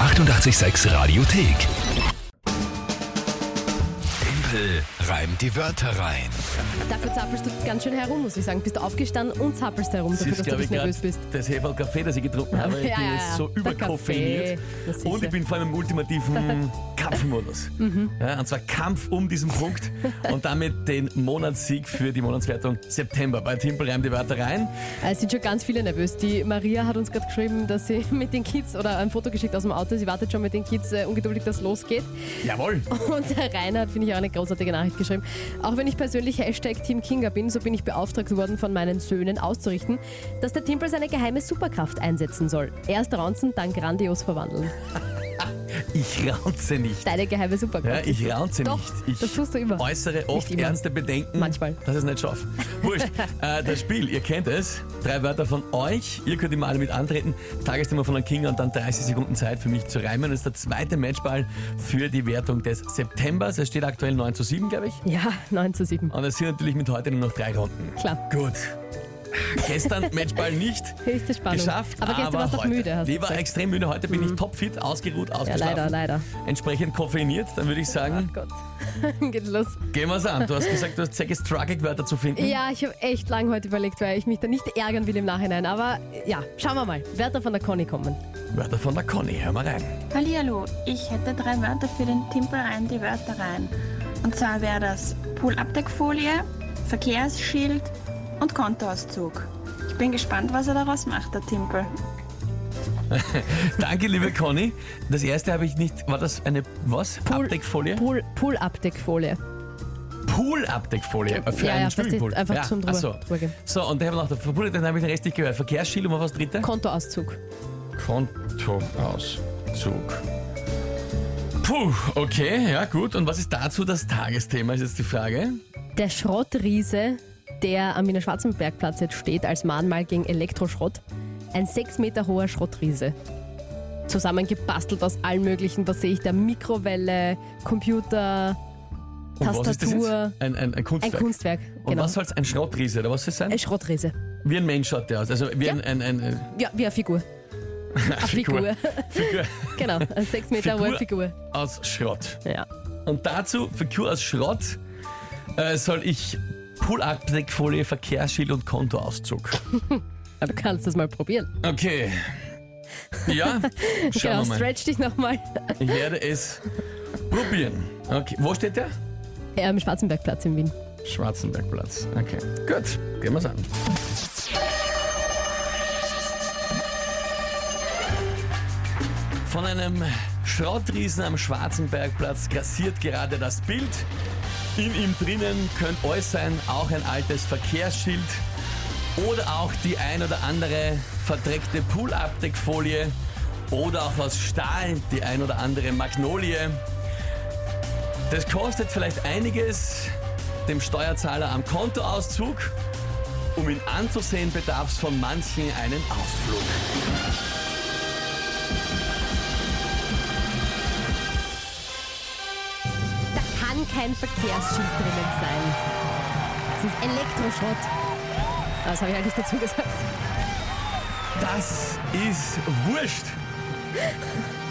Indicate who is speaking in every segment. Speaker 1: 886 Radiothek. Tempel reimt die Wörter rein.
Speaker 2: Dafür zappelst du ganz schön herum, muss ich sagen. Bist du aufgestanden und zappelst herum,
Speaker 3: Das
Speaker 2: dafür,
Speaker 3: ist,
Speaker 2: dass du
Speaker 3: glaube ich,
Speaker 2: bist
Speaker 3: gerade
Speaker 2: nervös bist.
Speaker 3: das Heferl Kaffee, das ich getrunken habe. Ich
Speaker 2: Ja,
Speaker 3: bin
Speaker 2: ja,
Speaker 3: jetzt
Speaker 2: ja.
Speaker 3: so
Speaker 2: Der
Speaker 3: überkoffeiniert.
Speaker 2: Kaffee, das ist
Speaker 3: Und
Speaker 2: sicher.
Speaker 3: ich bin vor allem im ultimativen Kampfmodus.
Speaker 2: Mhm.
Speaker 3: ja, und zwar Kampf um diesen Punkt und damit den Monatssieg für die Monatswertung September. Bei Timpel reimt die Wörter rein.
Speaker 2: Äh, Es sind schon ganz viele nervös. Die Maria hat uns gerade geschrieben, dass sie mit den Kids oder ein Foto geschickt aus dem Auto. Sie wartet schon mit den Kids äh, ungeduldig, dass losgeht.
Speaker 3: Jawohl.
Speaker 2: Und der Rainer hat, finde ich, auch eine großartige Nachricht geschrieben. Auch wenn ich persönlich Hashtag Team Kinga bin, so bin ich beauftragt worden, von meinen Söhnen auszurichten, dass der Timpel seine geheime Superkraft einsetzen soll. Erst raunzen, dann grandios verwandeln.
Speaker 3: Ich raunze nicht.
Speaker 2: Deine geheime
Speaker 3: Ja,
Speaker 2: Superkraft.
Speaker 3: ich raunze
Speaker 2: Doch,
Speaker 3: nicht. Ich
Speaker 2: das tust du immer.
Speaker 3: äußere oft
Speaker 2: immer.
Speaker 3: ernste Bedenken,
Speaker 2: Manchmal.
Speaker 3: dass ich es nicht schaffe. Wurscht. äh, das Spiel, ihr kennt es. Drei Wörter von euch. Ihr könnt immer alle mit antreten. Tagesthema von der Kinga und dann 30 Sekunden Zeit für mich zu reimen. Das ist der zweite Matchball für die Wertung des Septembers. Es steht aktuell 9 zu 7, glaube ich.
Speaker 2: ja 9 zu 7.
Speaker 3: Und es sind natürlich mit heute nur noch drei Runden.
Speaker 2: Klar.
Speaker 3: Gut. Gestern Matchball nicht
Speaker 2: Höchste Spannung.
Speaker 3: geschafft.
Speaker 2: aber gestern warst du doch
Speaker 3: heute.
Speaker 2: müde, hast du
Speaker 3: Ich war
Speaker 2: gesagt. Mhm.
Speaker 3: extrem müde. Heute bin ich topfit, ausgeruht,
Speaker 2: Ja,
Speaker 3: ausgeschlafen.
Speaker 2: leider, leider.
Speaker 3: Entsprechend koffeiniert. Dann würde ich sagen,
Speaker 2: Oh Gott. Geht los.
Speaker 3: Gehen wir's an. Du hast gesagt, du hast sehr gestruggelt, Wörter zu finden.
Speaker 2: Ja, ich habe echt lang heute überlegt, weil ich mich da nicht ärgern will im Nachhinein. Aber ja, schauen wir mal. Wörter von der Conny kommen.
Speaker 3: Wörter von der Conny, hör mal rein.
Speaker 4: Hallihallo, ich hätte drei Wörter für den Timpel rein, die Wörter rein. Und zwar wäre das Poolabdeckfolie, Verkehrsschild und Kontoauszug. Ich bin gespannt, was er daraus macht, der Timpel.
Speaker 3: Danke, liebe Conny. Das erste habe ich nicht. War das eine was? Abdeckfolie?
Speaker 2: Pool- Pool-Abdeckfolie.
Speaker 3: Pool-Abdeckfolie. äh, Für
Speaker 2: Ja,
Speaker 3: einen
Speaker 2: ja,
Speaker 3: Swimmingpool.
Speaker 2: versteht, einfach zum
Speaker 3: ach
Speaker 2: drüber-
Speaker 3: so.
Speaker 2: drüber gehen.
Speaker 3: So, und dann habe ich noch der Pool, dann habe ich den Rest nicht gehört. Verkehrsschild und was dritte?
Speaker 2: Kontoauszug.
Speaker 3: Kontoauszug. Puh, okay, ja gut. Und was ist dazu das Tagesthema, ist jetzt die Frage.
Speaker 2: Der Schrottriese, der am Wiener Schwarzenbergplatz jetzt steht, als Mahnmal gegen Elektroschrott. Ein sechs Meter hoher Schrottriese. Zusammengebastelt aus allen möglichen, was sehe ich da? Mikrowelle, Computer,
Speaker 3: Und was ist das jetzt?
Speaker 2: Tastatur.
Speaker 3: Ein, ein, ein
Speaker 2: ein
Speaker 3: Kunstwerk.
Speaker 2: Kunstwerk.
Speaker 3: und
Speaker 2: Genau.
Speaker 3: was soll's? Ein Schrottriese oder was soll es sein?
Speaker 2: Ein Schrottriese.
Speaker 3: Wie ein Mensch schaut der aus. Also wie
Speaker 2: Ja.
Speaker 3: ein, ein, ein
Speaker 2: Ja, wie eine Figur. Eine Figur.
Speaker 3: Figur.
Speaker 2: genau, eine sechs Meter hohe Figur.
Speaker 3: aus Schrott.
Speaker 2: Ja.
Speaker 3: Und dazu, Figur aus Schrott, äh, soll ich Poolabdeckfolie, Verkehrsschild und Kontoauszug.
Speaker 2: Aber du kannst das mal probieren.
Speaker 3: Okay. Ja,
Speaker 2: Genau,
Speaker 3: schauen wir mal.
Speaker 2: stretch dich nochmal.
Speaker 3: Ich werde es probieren. Okay. Wo steht der?
Speaker 2: Ja, am Schwarzenbergplatz in Wien.
Speaker 3: Schwarzenbergplatz. Okay. Gut, gehen wir's an. Von einem Schrottriesen am Schwarzenbergplatz grassiert gerade das Bild. In ihm drinnen könnte alles sein, auch ein altes Verkehrsschild oder auch die ein oder andere verdreckte Poolabdeckfolie oder auch aus Stahl die ein oder andere Magnolie. Das kostet vielleicht einiges, dem Steuerzahler am Kontoauszug. Um ihn anzusehen, bedarf es von manchen einen Ausflug.
Speaker 2: Da kann kein Verkehrsschild drinnen sein. Das ist Elektroschrott. Das habe ich eigentlich dazu gesagt.
Speaker 3: Das ist wurscht.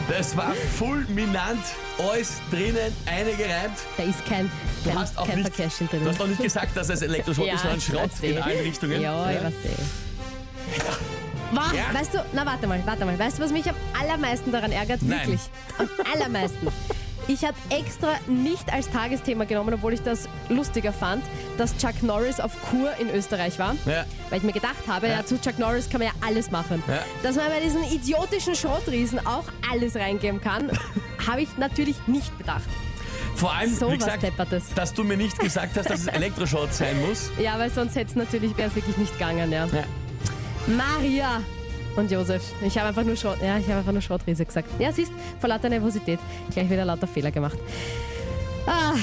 Speaker 3: Das war fulminant, alles drinnen, eingereimt.
Speaker 2: Da ist kein,
Speaker 3: Du
Speaker 2: kein,
Speaker 3: hast auch
Speaker 2: kein
Speaker 3: nicht,
Speaker 2: Verkehrsschild
Speaker 3: du
Speaker 2: drinnen.
Speaker 3: hast auch nicht gesagt, dass es Elektroschrott ist, sondern
Speaker 2: ich
Speaker 3: Schrott
Speaker 2: weiß
Speaker 3: in
Speaker 2: eh.
Speaker 3: allen Richtungen.
Speaker 2: Ja, ich
Speaker 3: Ja.
Speaker 2: weiß eh. Wow,
Speaker 3: Ja.
Speaker 2: weißt du, na warte mal, warte mal. Weißt du, was mich am allermeisten daran ärgert?
Speaker 3: Nein.
Speaker 2: Wirklich. Am allermeisten. Ich habe extra nicht als Tagesthema genommen, obwohl ich das lustiger fand, dass Chuck Norris auf Kur in Österreich war.
Speaker 3: Ja.
Speaker 2: Weil ich mir gedacht habe, ja.
Speaker 3: Ja.
Speaker 2: zu Chuck Norris kann man ja alles machen.
Speaker 3: Ja.
Speaker 2: Dass man bei diesen idiotischen Schrottriesen auch alles reingeben kann, habe ich natürlich nicht bedacht.
Speaker 3: Vor allem,
Speaker 2: So
Speaker 3: wie
Speaker 2: was
Speaker 3: gesagt,
Speaker 2: Deppertes.
Speaker 3: dass du mir nicht gesagt hast, dass es Elektroschrott sein muss.
Speaker 2: Ja, weil sonst hätte es natürlich, wäre es wirklich nicht gegangen, ja.
Speaker 3: Ja.
Speaker 2: Maria und Josef. Ich habe einfach nur Schrott, ja, ich habe einfach nur Schrottriese gesagt. Ja, siehst, vor lauter Nervosität gleich wieder lauter Fehler gemacht. Ah,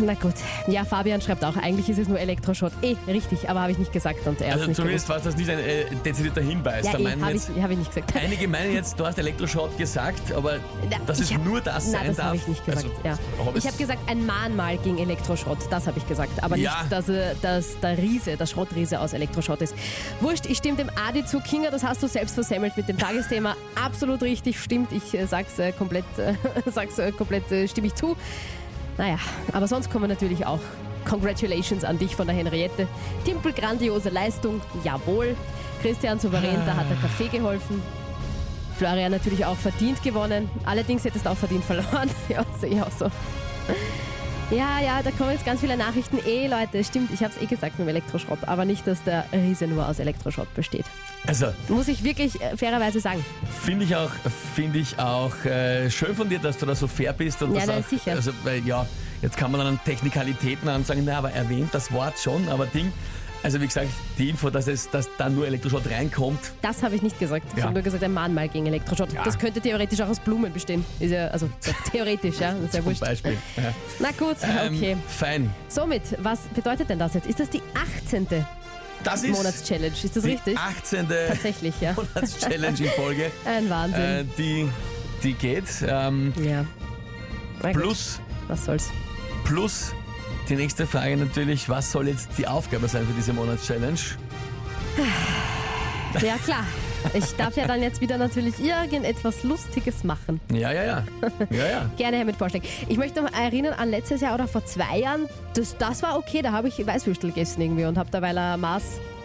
Speaker 2: na gut. Ja, Fabian schreibt auch, eigentlich ist es nur Elektroschrott. Eh, richtig, aber habe ich nicht gesagt und er
Speaker 3: Also
Speaker 2: ist nicht
Speaker 3: zumindest war das nicht ein äh, dezidierter Hinweis.
Speaker 2: gewusst.
Speaker 3: da
Speaker 2: Ja, eh,
Speaker 3: meinen
Speaker 2: habe
Speaker 3: jetzt,
Speaker 2: ich, hab ich nicht gesagt.
Speaker 3: einige meinen jetzt, du hast Elektroschrott gesagt, aber
Speaker 2: Na,
Speaker 3: dass es
Speaker 2: ich hab-
Speaker 3: nur das
Speaker 2: na,
Speaker 3: sein
Speaker 2: das
Speaker 3: darf.
Speaker 2: habe ich nicht gesagt.
Speaker 3: Also,
Speaker 2: ja.
Speaker 3: hab
Speaker 2: Ich
Speaker 3: es-
Speaker 2: habe gesagt, ein Mahnmal gegen Elektroschrott. Das habe ich gesagt. Aber
Speaker 3: Ja.
Speaker 2: nicht, dass, äh, dass der Riese, der Schrottriese aus Elektroschrott ist. Wurscht, ich stimme dem Adi zu. Kinga, das hast du selbst versemmelt mit dem Tagesthema. Absolut richtig, stimmt. Ich äh, sag's äh, komplett, äh, sag's, äh, komplett äh, stimme ich zu. Naja, aber sonst kommen natürlich auch Congratulations an dich von der Henriette. Timpel, grandiose Leistung, jawohl. Christian souverän, da hat der Kaffee geholfen. Florian natürlich auch verdient gewonnen. Allerdings hättest du auch verdient verloren. Ja, sehe ich auch so. Ja, ja, da kommen jetzt ganz viele Nachrichten. Eh, Leute, stimmt, ich habe es eh gesagt mit dem Elektroschrott, aber nicht, dass der Riese nur aus Elektroschrott besteht.
Speaker 3: also
Speaker 2: Muss ich wirklich äh, fairerweise sagen.
Speaker 3: Finde ich auch, finde ich auch äh, schön von dir, dass du da so fair bist und
Speaker 2: Ja,
Speaker 3: das
Speaker 2: na,
Speaker 3: auch,
Speaker 2: sicher.
Speaker 3: Also weil, ja, jetzt kann man dann an Technikalitäten ansagen, na, aber erwähnt das Wort schon, aber Ding. Also wie gesagt, die Info, dass es, dass da nur Elektroschrott reinkommt,
Speaker 2: Das habe ich nicht gesagt. Ich
Speaker 3: Ja.
Speaker 2: habe nur gesagt, ein Mahnmal gegen Elektroschrott.
Speaker 3: Ja.
Speaker 2: Das könnte theoretisch auch aus Blumen bestehen. Ist ja, also so, theoretisch, ja. Ist ja
Speaker 3: zum
Speaker 2: wurscht.
Speaker 3: Beispiel. Ja.
Speaker 2: Na gut,
Speaker 3: Ähm,
Speaker 2: okay.
Speaker 3: Fein.
Speaker 2: Somit, was bedeutet denn das jetzt? Ist das die 18.
Speaker 3: Das ist
Speaker 2: Monatschallenge? Ist das
Speaker 3: die
Speaker 2: richtig?
Speaker 3: 18.
Speaker 2: Tatsächlich, ja.
Speaker 3: Monatschallenge in Folge,
Speaker 2: Ein Wahnsinn.
Speaker 3: äh, die, die geht. Ähm,
Speaker 2: Ja. Na gut,
Speaker 3: plus,
Speaker 2: Was soll's.
Speaker 3: plus die nächste Frage natürlich, was soll jetzt die Aufgabe sein für diese Monatschallenge?
Speaker 2: Ja, klar. Ich darf ja dann jetzt wieder natürlich irgendetwas Lustiges machen.
Speaker 3: Ja, ja, ja. Ja, ja.
Speaker 2: Gerne her mit Vorschlägen. Ich möchte noch erinnern an letztes Jahr oder vor zwei Jahren. Das, das war okay, da habe ich Weißwürstel gegessen irgendwie und habe dabei ein Maß,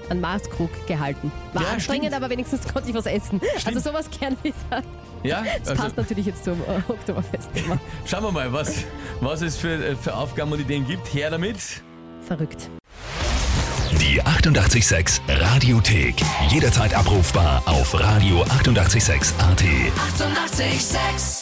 Speaker 2: einen Maßkrug gehalten. War
Speaker 3: Ja,
Speaker 2: anstrengend,
Speaker 3: stimmt.
Speaker 2: aber wenigstens konnte ich was essen. Also sowas gerne wieder.
Speaker 3: Ja,
Speaker 2: Das
Speaker 3: also,
Speaker 2: passt natürlich jetzt zum äh, Oktoberfest.
Speaker 3: schauen wir mal, was, was es für, äh, für Aufgaben und Ideen gibt. Her damit.
Speaker 2: Verrückt.
Speaker 1: Die 886 Radiothek. Jederzeit abrufbar auf radio886.at. 886! 886.
Speaker 5: 886